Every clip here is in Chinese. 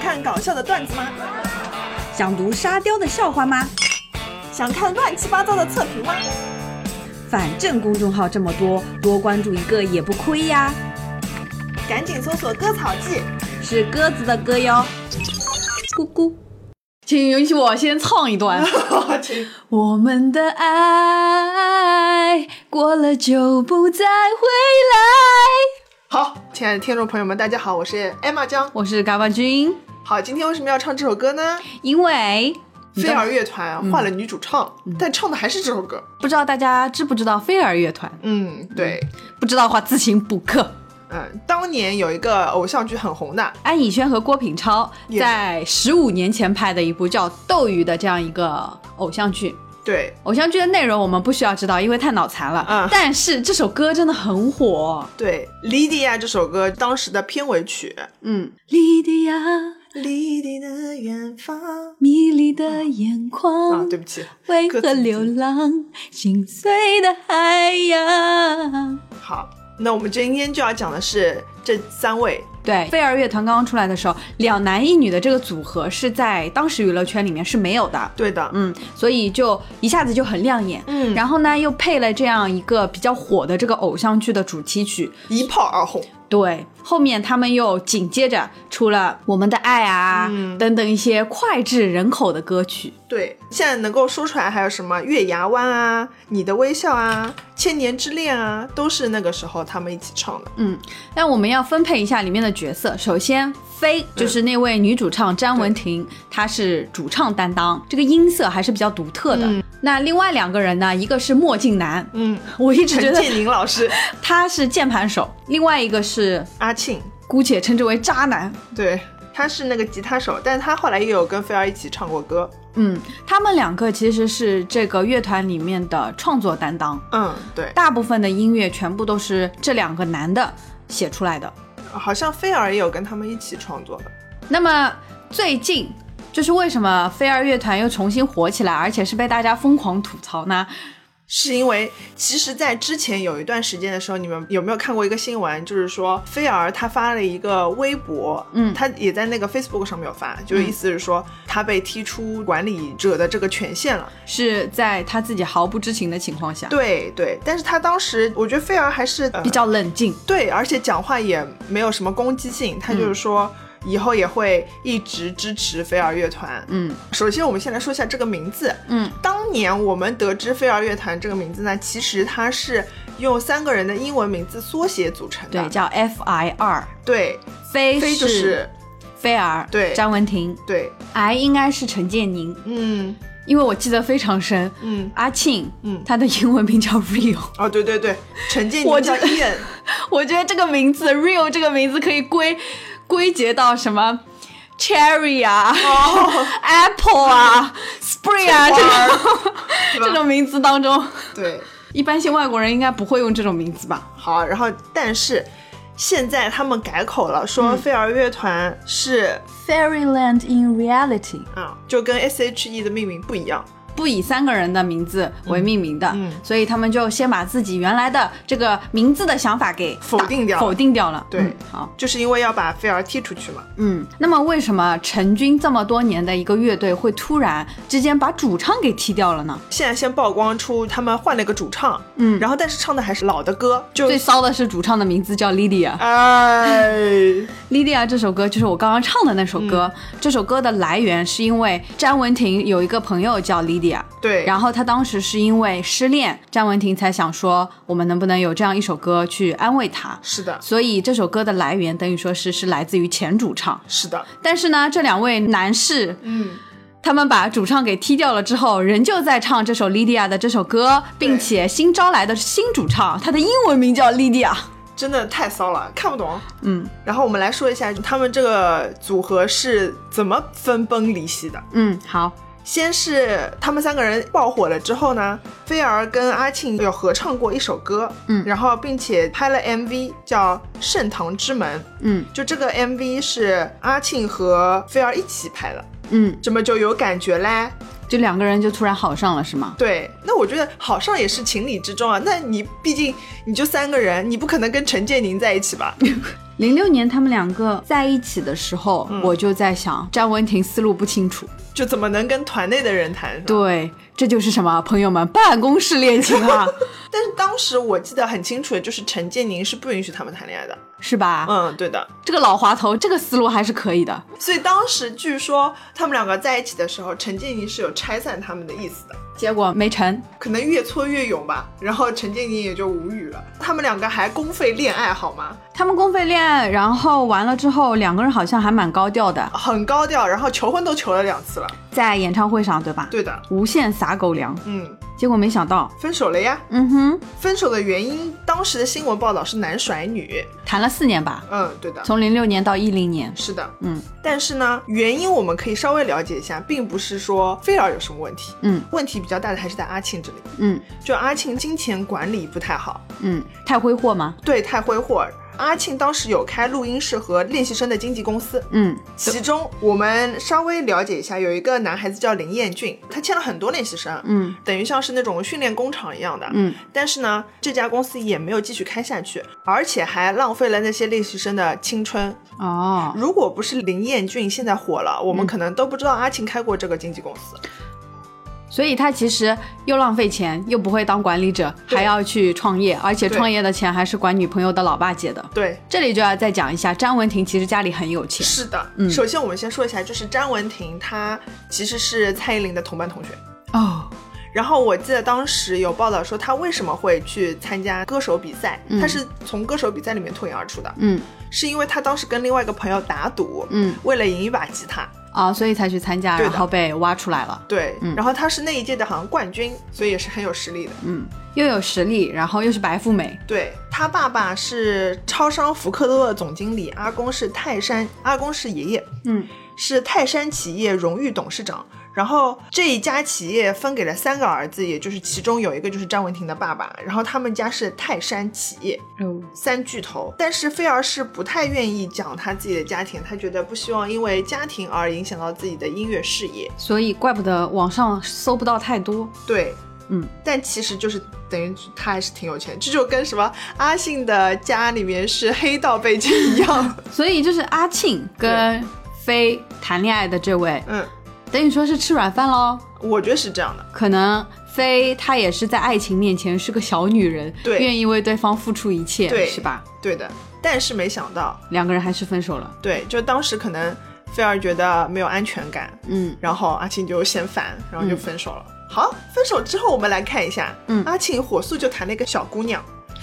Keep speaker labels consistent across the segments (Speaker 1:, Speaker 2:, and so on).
Speaker 1: 看搞笑的段子吗？
Speaker 2: 想读沙雕的笑话吗？
Speaker 1: 想看乱七八糟的测评吗？
Speaker 2: 反正公众号这么多，多关注一个也不亏呀。
Speaker 1: 赶紧搜索“割草记
Speaker 2: 是鸽子的歌哟，咕咕。
Speaker 3: 请允许我先唱一段。我们的爱过了就不再回来。
Speaker 4: 好，亲爱的听众朋友们，大家好，我是艾玛江。
Speaker 3: 我是嘎巴君，
Speaker 4: 好，今天为什么要唱这首歌呢？
Speaker 3: 因为你知嗯
Speaker 4: 飞
Speaker 3: 道
Speaker 4: 儿乐团换了女主唱，但唱的还是这首歌。
Speaker 3: 不知道大家知不知道飞儿乐团，
Speaker 4: 嗯，对，
Speaker 3: 不知道的话自行补课。
Speaker 4: 嗯，当年有一个偶像剧很红的，
Speaker 3: 安以轩和郭品超
Speaker 4: Yeah
Speaker 3: 在十五年前拍的一部叫《斗鱼》的这样一个偶像剧。
Speaker 4: 对，
Speaker 3: 偶像剧的内容我们不需要知道，因为太脑残了。
Speaker 4: 嗯
Speaker 3: 但是这首歌真的很火。
Speaker 4: 对，《莉迪亚》这首歌当时的片尾曲，
Speaker 3: 嗯，莉迪亚，
Speaker 4: 莉迪的远方
Speaker 3: 迷离的眼
Speaker 4: 啊
Speaker 3: 眶，，
Speaker 4: 对不起，
Speaker 3: 为
Speaker 4: 歌
Speaker 3: 何
Speaker 4: 词
Speaker 3: 流浪？心碎的海洋。
Speaker 4: 好，那我们今天就要讲的是这三位，
Speaker 3: 对，飞儿乐团刚刚出来的时候，两男一女的这个组合是在当时娱乐圈里面是没有的，
Speaker 4: 对的，
Speaker 3: 嗯，所以就一下子就很亮眼。
Speaker 4: 嗯
Speaker 3: 然后呢，又配了这样一个比较火的这个偶像剧的主题曲，
Speaker 4: 一炮而红，
Speaker 3: 对，后面他们又紧接着出了《我们的爱啊》
Speaker 4: 嗯
Speaker 3: 等等一些脍炙人口的歌曲。
Speaker 4: 对，现在能够说出来还有什么《月牙湾》啊，《你的微笑》啊，《千年之恋》啊，都是那个时候他们一起唱的。
Speaker 3: 嗯，但我们要分配一下里面的角色。首先，飞就是那位女主唱詹雯婷，她是主唱担当，这个音色还是比较独特的。
Speaker 4: 嗯
Speaker 3: 那另外两个人呢，一个是墨镜男，
Speaker 4: 嗯，
Speaker 3: 我一直觉
Speaker 4: 陈
Speaker 3: 得
Speaker 4: 建宁老师，
Speaker 3: 他是键盘手；另外一个是
Speaker 4: 阿庆，
Speaker 3: 姑且称之为渣男。
Speaker 4: 对，他是那个吉他手，但是他后来也有跟菲儿一起唱过歌。
Speaker 3: 嗯，他们两个其实是这个乐团里面的创作担当，
Speaker 4: 嗯，对，
Speaker 3: 大部分的音乐全部都是这两个男的写出来的。
Speaker 4: 好像菲儿也有跟他们一起创作的。
Speaker 3: 那么最近就是为什么飞儿乐团又重新火起来，而且是被大家疯狂吐槽呢？
Speaker 4: 是因为，其实，在之前有一段时间的时候，你们有没有看过一个新闻？就是说，菲儿她发了一个微博，
Speaker 3: 嗯
Speaker 4: 她也在那个 Facebook 上面有发，就是意思是说，她被踢出管理者的这个权限了。
Speaker 3: 是在他自己毫不知情的情况下，
Speaker 4: 对对，但是她当时，我觉得菲儿还是、呃
Speaker 3: 比较冷静。
Speaker 4: 对，而且讲话也没有什么攻击性，她就是说。以后也会一直支持飞儿乐团。
Speaker 3: 嗯
Speaker 4: 首先，我们先来说一下这个名字。
Speaker 3: 嗯，
Speaker 4: 当年我们得知飞儿乐团这个名字呢，其实它是用三个人的英文名字缩写组成
Speaker 3: 对，
Speaker 4: 的。
Speaker 3: 叫 F I R，
Speaker 4: 对，
Speaker 3: 飞
Speaker 4: 啊飞就是是
Speaker 3: 飞儿，
Speaker 4: 对
Speaker 3: 张文婷
Speaker 4: 对，
Speaker 3: ，I 应该是陈建宁，
Speaker 4: 嗯
Speaker 3: 因为我记得非常深。
Speaker 4: 嗯，
Speaker 3: 阿庆，
Speaker 4: 嗯
Speaker 3: 他的英文名叫 Real，
Speaker 4: 哦，对对对，陈建
Speaker 3: 我
Speaker 4: 宁叫
Speaker 3: 觉得
Speaker 4: Ian，
Speaker 3: 我觉得这个名字 Real 这个名字可以归归结到什么 Cherry 啊、Apple 啊、Spring 啊这 种
Speaker 4: 吧
Speaker 3: 这种名字当中，
Speaker 4: 对，
Speaker 3: 一般性外国人应该不会用这种名字吧？
Speaker 4: 好，然后但是现在他们改口了，说飞儿乐团是
Speaker 3: Fairyland in reality，
Speaker 4: 啊、就跟 S.H.E 的命名不一样。
Speaker 3: 不以三个人的名字为命名的，
Speaker 4: 嗯嗯
Speaker 3: 所以他们就先把自己原来的这个名字的想法给
Speaker 4: 否定掉了
Speaker 3: 否定掉了。
Speaker 4: 对
Speaker 3: 嗯好，
Speaker 4: 就是因为要把菲儿踢出去嘛，
Speaker 3: 嗯，那么为什么陈军这么多年的一个乐队会突然之间把主唱给踢掉了呢？
Speaker 4: 现在先曝光出他们换了个主唱，
Speaker 3: 嗯
Speaker 4: 然后但是唱的还是老的歌，就
Speaker 3: 最骚的是主唱的名字叫 Lydia，
Speaker 4: 哎，
Speaker 3: Lydia 这首歌就是我刚刚唱的那首歌。这首歌的来源是因为詹雯婷有一个朋友叫 Lydia，
Speaker 4: 对，
Speaker 3: 然
Speaker 4: 后
Speaker 3: 后她当时是因为失恋，詹雯婷才想说我们能不能有这样一首歌去安慰她。
Speaker 4: 是的，
Speaker 3: 所以这首歌的来源等于说是是来自于前主唱，
Speaker 4: 是的，
Speaker 3: 但是呢，这两位男士
Speaker 4: 嗯，
Speaker 3: 他们把主唱给踢掉了之后，仍旧在唱这首 Lydia 的这首歌，并且新招来的新主唱，他的英文名叫 Lydia。
Speaker 4: 真的太骚了，看不懂。
Speaker 3: 嗯
Speaker 4: 然后我们来说一下他们这个组合是怎么分崩离析的。
Speaker 3: 嗯，好，
Speaker 4: 先是他们三个人爆火了之后呢，菲儿跟阿庆有合唱过一首歌，
Speaker 3: 嗯
Speaker 4: 然后并且拍了 MV 叫《盛唐之门》，
Speaker 3: 嗯
Speaker 4: 就这个 MV 是阿庆和菲儿一起拍的，
Speaker 3: 嗯，
Speaker 4: 这么就有感觉嘞。
Speaker 3: 就两个人就突然好上了，是吗？
Speaker 4: 对，那我觉得好上也 是情理之中啊。那你毕竟你就三个人，你不可能跟陈建宁在一起吧？
Speaker 3: 零六年他们两个在一起的时候，我就在想，詹雯婷思路不清楚，
Speaker 4: 就怎么能跟团内的人谈？，
Speaker 3: 对，啊这就是什么朋友们办公室恋情 啊，
Speaker 4: 但是当时我记得很清楚的就是陈建宁是不允许他们谈恋爱的。
Speaker 3: 是吧？
Speaker 4: 嗯，对的。
Speaker 3: 这个老滑头，这个思路还是可以的。
Speaker 4: 所以当时据说他们两个在一起的时候，陈建宁是有拆散他们的意思的。
Speaker 3: 结果没成，
Speaker 4: 可能越挫越勇吧，然后陈建宁也就无语了。他们两个还公费恋爱好吗？
Speaker 3: 他们公费恋爱，然后完了之后，两个人好像还蛮高调的，
Speaker 4: 很高调，然后求婚都求了两次了。
Speaker 3: 在演唱会上，对吧？
Speaker 4: 对的，
Speaker 3: 无限撒狗粮，
Speaker 4: 嗯，
Speaker 3: 结果没想到，
Speaker 4: 分手了呀。
Speaker 3: 嗯哼，
Speaker 4: 分手的原因，当时的新闻报道是男甩女。
Speaker 3: 谈了四年吧，
Speaker 4: 嗯，对的，
Speaker 3: 从零六年到一零年，
Speaker 4: 是的，
Speaker 3: 嗯。
Speaker 4: 但是呢，原因我们可以稍微了解一下，并不是说菲儿有什么问题，
Speaker 3: 嗯
Speaker 4: 问题比较大的还是在阿庆这里。
Speaker 3: 嗯
Speaker 4: 就阿庆金钱管理不太好，
Speaker 3: 嗯，太挥霍吗？
Speaker 4: 对，太挥霍。阿庆当时有开录音室和练习生的经纪公司，
Speaker 3: 嗯
Speaker 4: 其中我们稍微了解一下，有一个男孩子叫林彦俊，他签了很多练习生，
Speaker 3: 嗯
Speaker 4: 等于像是那种训练工厂一样的。
Speaker 3: 嗯，
Speaker 4: 但是呢，这家公司也没有继续开下去，而且还浪费了那些练习生的青春。
Speaker 3: 哦，
Speaker 4: 如果不是林彦俊现在火了，
Speaker 3: 嗯
Speaker 4: 我们可能都不知道阿庆开过这个经纪公司。
Speaker 3: 所以他其实又浪费钱，又不会当管理者，
Speaker 4: 对
Speaker 3: 还要去创业，而且
Speaker 4: 对
Speaker 3: 创业的钱还是管女朋友的老爸借的。
Speaker 4: 对，
Speaker 3: 这里就要再讲一下，詹雯婷其实家里很有钱，
Speaker 4: 是的。
Speaker 3: 嗯
Speaker 4: 首先我们先说一下，就是詹雯婷，她其实是蔡依林的同班同学。
Speaker 3: 哦，
Speaker 4: 然后我记得当时有报道说她为什么会去参加歌手比赛，
Speaker 3: 嗯
Speaker 4: 她是从歌手比赛里面脱颖而出的，
Speaker 3: 嗯
Speaker 4: 是因为她当时跟另外一个朋友打赌，
Speaker 3: 嗯
Speaker 4: 为了赢一把吉他，
Speaker 3: 啊，所以才去参加，
Speaker 4: 对的
Speaker 3: 然后被挖出来了。
Speaker 4: 对，
Speaker 3: 嗯
Speaker 4: 然后她是那一届的好像冠军，所以也是很有实力的。
Speaker 3: 嗯，又有实力，然后又是白富美，
Speaker 4: 对她爸爸是超商福克多的总经理，阿公是泰山，阿公是爷爷，
Speaker 3: 嗯，
Speaker 4: 是泰山企业荣誉董事长。然后这一家企业分给了三个儿子，也就是其中有一个就是张文婷的爸爸。然后他们家是泰山企业
Speaker 3: 哦，
Speaker 4: 三巨头，但是菲儿是不太愿意讲她自己的家庭，她觉得不希望因为家庭而影响到自己的音乐事业。
Speaker 3: 所以怪不得网上搜不到太多。
Speaker 4: 对，
Speaker 3: 嗯，
Speaker 4: 但其实就是等于他还是挺有钱，这就跟什么阿信的家里面是黑道背景一 样。
Speaker 3: 所以就是阿庆跟飞谈恋爱的这位，
Speaker 4: 嗯，
Speaker 3: 等于说是吃软饭喽。
Speaker 4: 我觉得是这样的。
Speaker 3: 可能飞她也是在爱情面前是个小女人，
Speaker 4: 对
Speaker 3: 愿意为对方付出一切，
Speaker 4: 对
Speaker 3: 是吧？
Speaker 4: 对的，但是没想到，
Speaker 3: 两个人还是分手了。
Speaker 4: 对，就当时可能菲儿觉得没有安全感，
Speaker 3: 嗯，
Speaker 4: 然后阿庆就嫌烦，然后就分手了。好，分手之后我们来看一下，
Speaker 3: 嗯
Speaker 4: 阿庆火速就谈了一个小姑娘，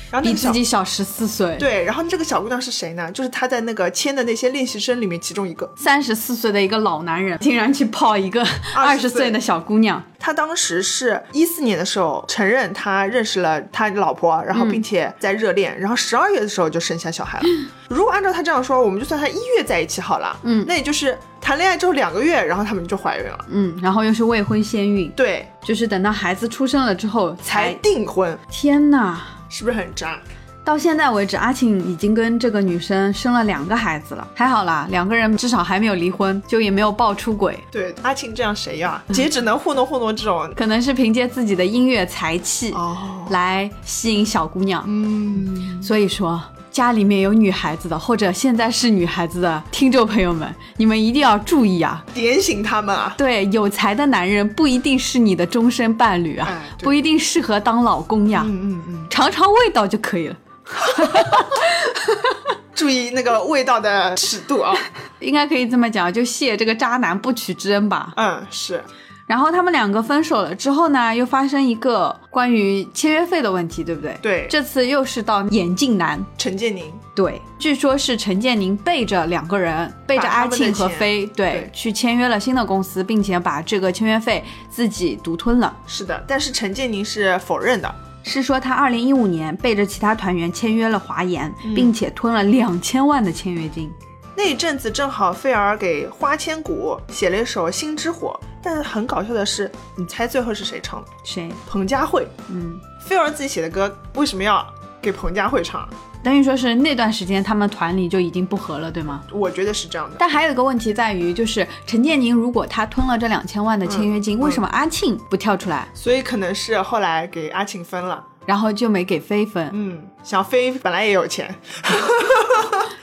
Speaker 4: 然后那
Speaker 3: 比
Speaker 4: 个
Speaker 3: 自
Speaker 4: 小
Speaker 3: 己小十四岁，
Speaker 4: 对，然后这个小姑娘是谁呢？就是她在那个签的那些练习生里面其中一个。
Speaker 3: 三十四岁的一个老男
Speaker 4: 啊
Speaker 3: 人，竟然去泡一个二十岁的小姑娘。
Speaker 4: 他当时是一四年的时候承认他认识了他老婆，然后并且在热恋，然后十二月的时候就生下小 孩了。如果按照他这样说，我们就算他一月在一起好了，
Speaker 3: 嗯
Speaker 4: 那也就是谈恋爱之后两个月，然后他们就怀孕了，
Speaker 3: 嗯，然后又是未婚先孕，
Speaker 4: 对，
Speaker 3: 就是等到孩子出生了之后
Speaker 4: 才订婚，
Speaker 3: 天哪！
Speaker 4: 是不是很渣？
Speaker 3: 到现在为止，阿庆已经跟这个女生生了两个孩子了，还好啦，两个人至少还没有离婚，就也没有爆出轨，
Speaker 4: 对，阿庆这样谁呀、姐只能糊弄糊弄这种。
Speaker 3: 可能是凭借自己的音乐才气
Speaker 4: 哦，
Speaker 3: 来吸引小姑娘。
Speaker 4: 嗯，
Speaker 3: 所以说，家里面有女孩子的，或者现在是女孩子的听众朋友们，你们一定要注意啊！
Speaker 4: 点醒他们啊！
Speaker 3: 对，有才的男人不一定是你的终身伴侣啊，
Speaker 4: 哎对
Speaker 3: 不一定适合当老公呀，
Speaker 4: 嗯嗯嗯，
Speaker 3: 尝尝味道就可以了。
Speaker 4: 注意那个味道的尺度啊。
Speaker 3: 应该可以这么讲，就谢这个渣男不娶之恩吧。
Speaker 4: 嗯，是，
Speaker 3: 然后他们两个分手了之后呢，又发生一个关于签约费的问题，对不对？
Speaker 4: 对
Speaker 3: 这次又是到眼镜男，
Speaker 4: 陈建宁。
Speaker 3: 对，据说是陈建宁背着两个人，背着
Speaker 4: 把他
Speaker 3: 阿
Speaker 4: 们的
Speaker 3: 庆和
Speaker 4: 钱
Speaker 3: 飞，对，
Speaker 4: 对
Speaker 3: 去签约了新的公司，并且把这个签约费自己独吞了。
Speaker 4: 是的，但是陈建宁是否认的。
Speaker 3: 是说他二零一五年背着其他团员签约了华研，并且吞了两千万的签约金。
Speaker 4: 那一阵子正好菲儿给花千骨写了一首《心之火》，但是很搞笑的是，你猜最后是谁唱的？
Speaker 3: 谁？
Speaker 4: 彭佳慧。
Speaker 3: 嗯，
Speaker 4: 菲儿自己写的歌为什么要给彭佳慧唱？
Speaker 3: 等于说是那段时间他们团里就已经不和了，对吗？
Speaker 4: 我觉得是这样的。
Speaker 3: 但还有一个问题在于，就是陈建宁如果他吞了这两千万的签约金，
Speaker 4: 嗯
Speaker 3: 为什么阿庆不跳出来，
Speaker 4: 所以可能是后来给阿庆分了。
Speaker 3: 嗯然后就没给飞分？
Speaker 4: 嗯，小飞本来也有钱，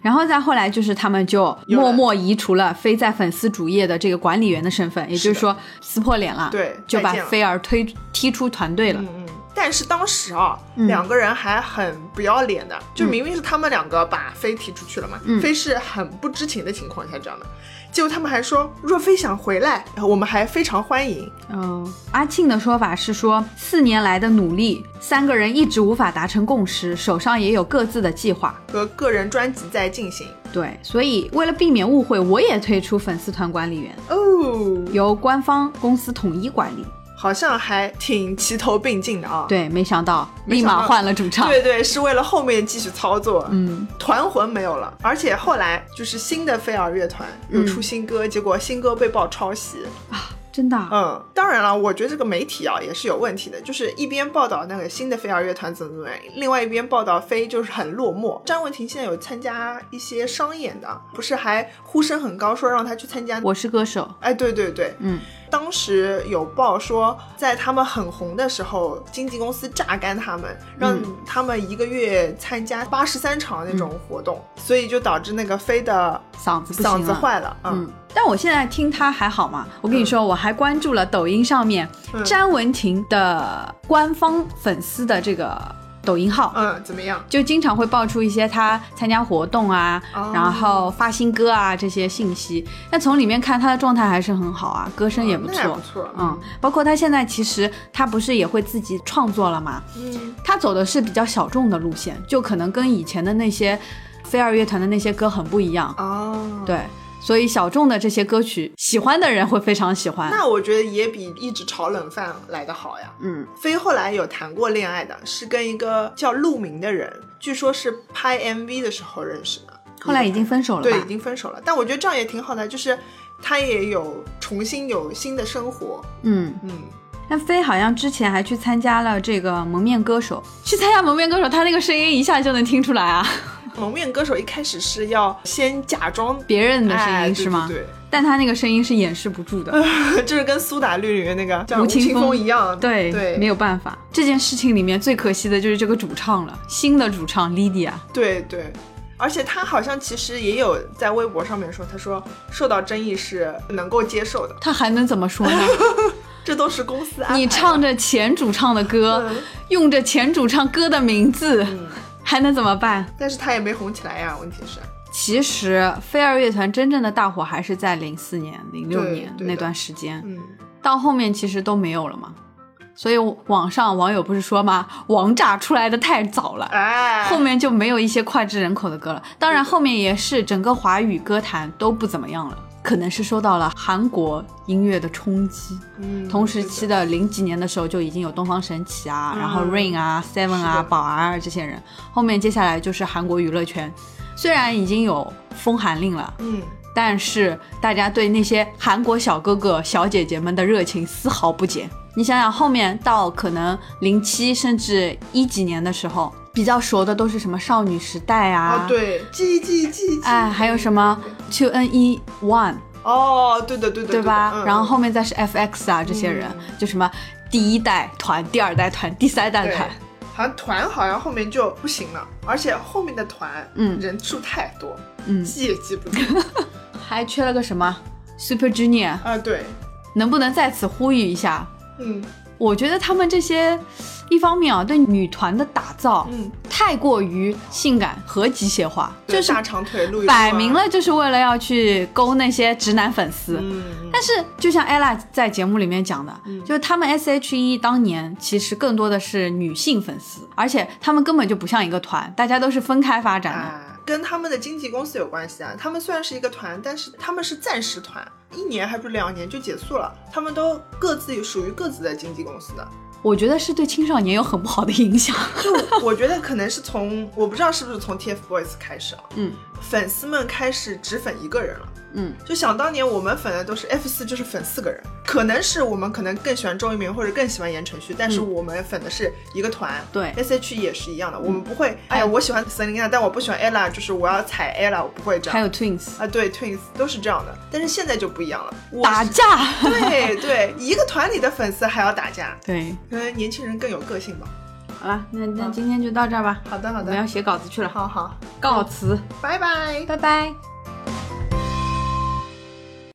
Speaker 3: 然后再后来就是他们就
Speaker 4: 有了
Speaker 3: 默默移除了飞在粉丝主页的这个管理员的身份，也就是是
Speaker 4: 的
Speaker 3: 说撕破脸了，
Speaker 4: 对
Speaker 3: 就把
Speaker 4: 再见了
Speaker 3: 菲儿推踢出团队了。
Speaker 4: 嗯，但是当时啊，
Speaker 3: 嗯
Speaker 4: 两个人还很不要脸的，就明明是他们两个把飞踢出去了嘛，
Speaker 3: 嗯
Speaker 4: 飞是很不知情的情况下这样的，结果他们还说若飞想回来，我们还非常欢迎。
Speaker 3: 嗯，阿庆的说法是说，四年来的努力，三个人一直无法达成共识，手上也有各自的计划。
Speaker 4: 和个人专辑在进行
Speaker 3: 对，所以为了避免误会，我也推出粉丝团管理员，
Speaker 4: 哦，
Speaker 3: 由官方公司统一管理。
Speaker 4: 好像还挺齐头并进的啊。
Speaker 3: 对，没想到
Speaker 4: 没
Speaker 3: 立
Speaker 4: 想到
Speaker 3: 马换了主唱。
Speaker 4: 对对，是为了后面继续操作，
Speaker 3: 嗯，
Speaker 4: 团魂没有了，而且后来就是新的飞儿乐团又
Speaker 3: 嗯
Speaker 4: 出新歌，结果新歌被曝抄袭。
Speaker 3: 真的啊、
Speaker 4: 嗯，当然了，我觉得这个媒体啊也是有问题的，就是一边报道那个新的飞儿乐团怎么怎么样，另外一边报道飞就是很落寞。张文婷现在有参加一些商演的，不是还呼声很高，说让她去参加。
Speaker 3: 我是歌手。
Speaker 4: 哎，对对对，
Speaker 3: 嗯，
Speaker 4: 当时有报说，在他们很红的时候，经纪公司榨干他们，让他们一个月参加八十三场那种活动，所以就导致那个飞的
Speaker 3: 嗓子不行了
Speaker 4: 嗓子坏了。嗯
Speaker 3: 嗯，但我现在听他还好嘛？我跟你说，我还关注了抖音上面、
Speaker 4: 嗯
Speaker 3: 詹雯婷的官方粉丝的这个抖音号，
Speaker 4: 嗯，怎么样？
Speaker 3: 就经常会爆出一些他参加活动啊，
Speaker 4: 哦
Speaker 3: 然后发新歌啊这些信息。但从里面看，他的状态还是很好啊，歌声也不
Speaker 4: 哦那还
Speaker 3: 错。
Speaker 4: 不错。
Speaker 3: 嗯，包括他现在其实他不是也会自己创作了嘛？
Speaker 4: 嗯，
Speaker 3: 他走的是比较小众的路线，就可能跟以前的那些飞儿乐团的那些歌很不一样。
Speaker 4: 哦，。
Speaker 3: 对，所以小众的这些歌曲，喜欢的人会非常喜欢。
Speaker 4: 那我觉得也比一直炒冷饭来的好呀。
Speaker 3: 嗯，
Speaker 4: 飞后来有谈过恋爱的，是跟一个叫陆明的人，据说是拍 MV 的时候认识的。
Speaker 3: 后来已经分手了吧？
Speaker 4: 对，已经分手了。但我觉得这样也挺好的，就是他也有重新有新的生活。
Speaker 3: 嗯，
Speaker 4: 嗯，
Speaker 3: 但飞好像之前还去参加了这个蒙面歌手，去参加蒙面歌手，他那个声音一下就能听出来啊，
Speaker 4: 蒙面歌手一开始是要先假装
Speaker 3: 别人的声
Speaker 4: 哎
Speaker 3: 音
Speaker 4: 对
Speaker 3: 是吗？
Speaker 4: 对啊
Speaker 3: 但他那个声音是掩饰不住的，
Speaker 4: 对， 就是跟苏打绿里面那个叫
Speaker 3: 吴
Speaker 4: 吴
Speaker 3: 青
Speaker 4: 青
Speaker 3: 峰
Speaker 4: 峰一样。
Speaker 3: 对
Speaker 4: 对，
Speaker 3: 没有办法。这件事情里面最可惜的就是这个主唱了，新的主唱 Lydia，
Speaker 4: 对对，而且他好像其实也有在微博上面说，他说受到争议是能够接受的，
Speaker 3: 他还能怎么说 呢？
Speaker 4: 这都是公司安排的。
Speaker 3: 你唱着前主唱的歌，
Speaker 4: 嗯
Speaker 3: 用着前主唱歌的名字，还能怎么办？
Speaker 4: 但是他也没红起来呀，问题是，
Speaker 3: 其实飞儿乐团真正的大火还是在零四年、零六
Speaker 4: 对
Speaker 3: 年
Speaker 4: 对的
Speaker 3: 那段时间，
Speaker 4: 嗯，
Speaker 3: 到后面其实都没有了嘛。所以网上网友不是说吗？王炸出来的太早了，
Speaker 4: 哎，
Speaker 3: 后面就没有一些脍炙人口的歌了。当然，后面也是整个华语歌坛都不怎么样了，可能是受到了韩国音乐的冲击。
Speaker 4: 嗯
Speaker 3: 同时期的零几年的时候就已经有东方神起啊，然后 Rain 啊、Seven
Speaker 4: 嗯是
Speaker 3: 啊、
Speaker 4: 的
Speaker 3: 宝儿啊这些人，后面接下来就是韩国娱乐圈，虽然已经有风韩令了，
Speaker 4: 嗯，
Speaker 3: 但是大家对那些韩国小哥哥、小姐姐们的热情丝毫不减。你想想，后面到可能零七甚至一几年的时候，比较熟的都是什么少女时代
Speaker 4: 啊，，
Speaker 3: 啊，
Speaker 4: 对，G G G G，
Speaker 3: 哎，还有什么 Two N E One。
Speaker 4: 哦，对的对的
Speaker 3: 对
Speaker 4: 的
Speaker 3: 吧？
Speaker 4: 嗯
Speaker 3: 然后后面再是 FX 啊，这些人、就什么第一代团、第二代团、第三代
Speaker 4: 对
Speaker 3: 团，
Speaker 4: 好像团好像后面就不行了，而且后面的团，
Speaker 3: 嗯
Speaker 4: 人数太多，
Speaker 3: 嗯
Speaker 4: 记也记不 住
Speaker 3: 还缺了个什么 Super Junior，
Speaker 4: 啊，对，
Speaker 3: 能不能在此呼吁一下？
Speaker 4: 嗯
Speaker 3: 我觉得他们这些，一方面啊，对女团的打造、
Speaker 4: 嗯，
Speaker 3: 太过于性感和机械化，
Speaker 4: 对
Speaker 3: 就是
Speaker 4: 大长腿陆，
Speaker 3: 摆明，了就是为了要去勾那些直男粉丝。
Speaker 4: 嗯，
Speaker 3: 但是，就像 ella 在节目里面讲的，
Speaker 4: 嗯
Speaker 3: 就是他们 S.H.E 当年其实更多的是女性粉丝，而且他们根本就不像一个团，大家都是分开发展的。
Speaker 4: 啊，跟他们的经纪公司有关系啊。他们虽然是一个团，但是他们是暂时团，一年还不是两年就结束了。他们都各自属于各自的经纪公司的。
Speaker 3: 我觉得是对青少年有很不好的影响。
Speaker 4: 就我觉得可能是从我不知道是不是从 TFBOYS 开始啊，
Speaker 3: 嗯
Speaker 4: 粉丝们开始只粉一个人了。
Speaker 3: 嗯，
Speaker 4: 就想当年我们粉的都是 F 四，就是粉四个人，可能是我们可能更喜欢周渝民或者更喜欢言承旭，但是
Speaker 3: 嗯
Speaker 4: 我们粉的是一个团。
Speaker 3: 对
Speaker 4: S H E 也是一样的，我们不会，哎呀，我喜欢 Selina，但我不喜欢 Ella，就是我要踩 Ella，我不会这样。
Speaker 3: 还有 Twins
Speaker 4: 啊，对，Twins 都是这样的，但是现在就不一样了。我
Speaker 3: 打
Speaker 4: 是
Speaker 3: 架，
Speaker 4: 对对，一个团里的粉丝还要打架，
Speaker 3: 对，
Speaker 4: 可能年轻人更有个性吧。
Speaker 3: 好了，那那今天就到这儿吧，
Speaker 4: 好的，好
Speaker 3: 我们要
Speaker 4: 的，
Speaker 3: 写稿子去了，
Speaker 4: 好好，
Speaker 3: 告辞，
Speaker 4: 拜拜。
Speaker 3: 拜拜。